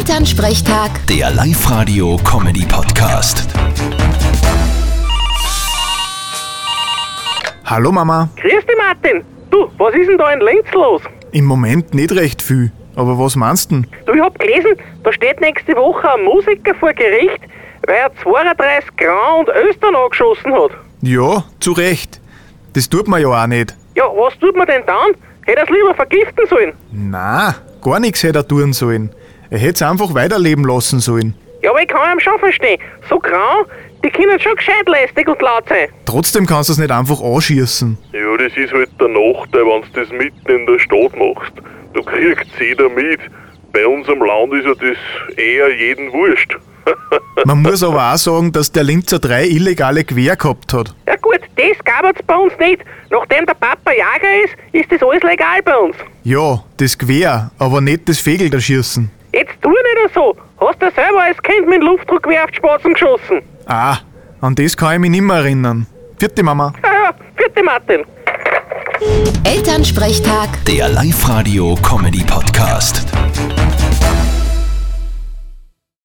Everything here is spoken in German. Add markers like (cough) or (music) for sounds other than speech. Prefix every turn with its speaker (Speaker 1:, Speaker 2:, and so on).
Speaker 1: Elternsprechtag,
Speaker 2: Der Live-Radio-Comedy-Podcast.
Speaker 3: Hallo Mama,
Speaker 4: Grüß dich, Martin. Du, was ist denn da in Linz los?
Speaker 3: im Moment nicht recht viel. Aber was meinst denn?
Speaker 4: Du, ich hab gelesen, da steht nächste Woche ein Musiker vor Gericht, weil er 32 Grand und Östern angeschossen hat.
Speaker 3: Ja, zu Recht. Das tut man ja auch nicht.
Speaker 4: Ja, was tut man denn dann? Hätte er's lieber vergiften sollen.
Speaker 3: Na, gar nichts hätte er tun sollen. Er hätte es einfach weiterleben lassen sollen.
Speaker 4: Ja, aber ich kann ihn schon verstehen. So Grand, die können schon gescheit lästig und laut sein.
Speaker 3: Trotzdem kannst du es nicht einfach anschießen.
Speaker 5: Ja, das ist halt der Nachteil, wenn du das mitten in der Stadt machst. Da kriegt jeder mit. Bei uns am Land ist ja das eher jeden wurscht. (laughs)
Speaker 3: Man muss aber auch sagen, dass der Linzer drei illegale Quer gehabt hat.
Speaker 4: Ja gut, das gab's bei uns nicht. Nachdem der Papa Jager ist, ist das alles legal bei uns.
Speaker 3: Ja, das Quer, aber nicht das Fegel da schießen.
Speaker 4: Jetzt tu nicht so. Hast du selber als Kind mit dem Luftdruckgewehr auf die Spatzen geschossen? (laughs)
Speaker 3: Ah, an das kann ich mich nimmer erinnern. Vierte Mama.
Speaker 4: Ja, ja, vierte Martin.
Speaker 1: Elternsprechtag.
Speaker 2: Der Live-Radio-Comedy-Podcast.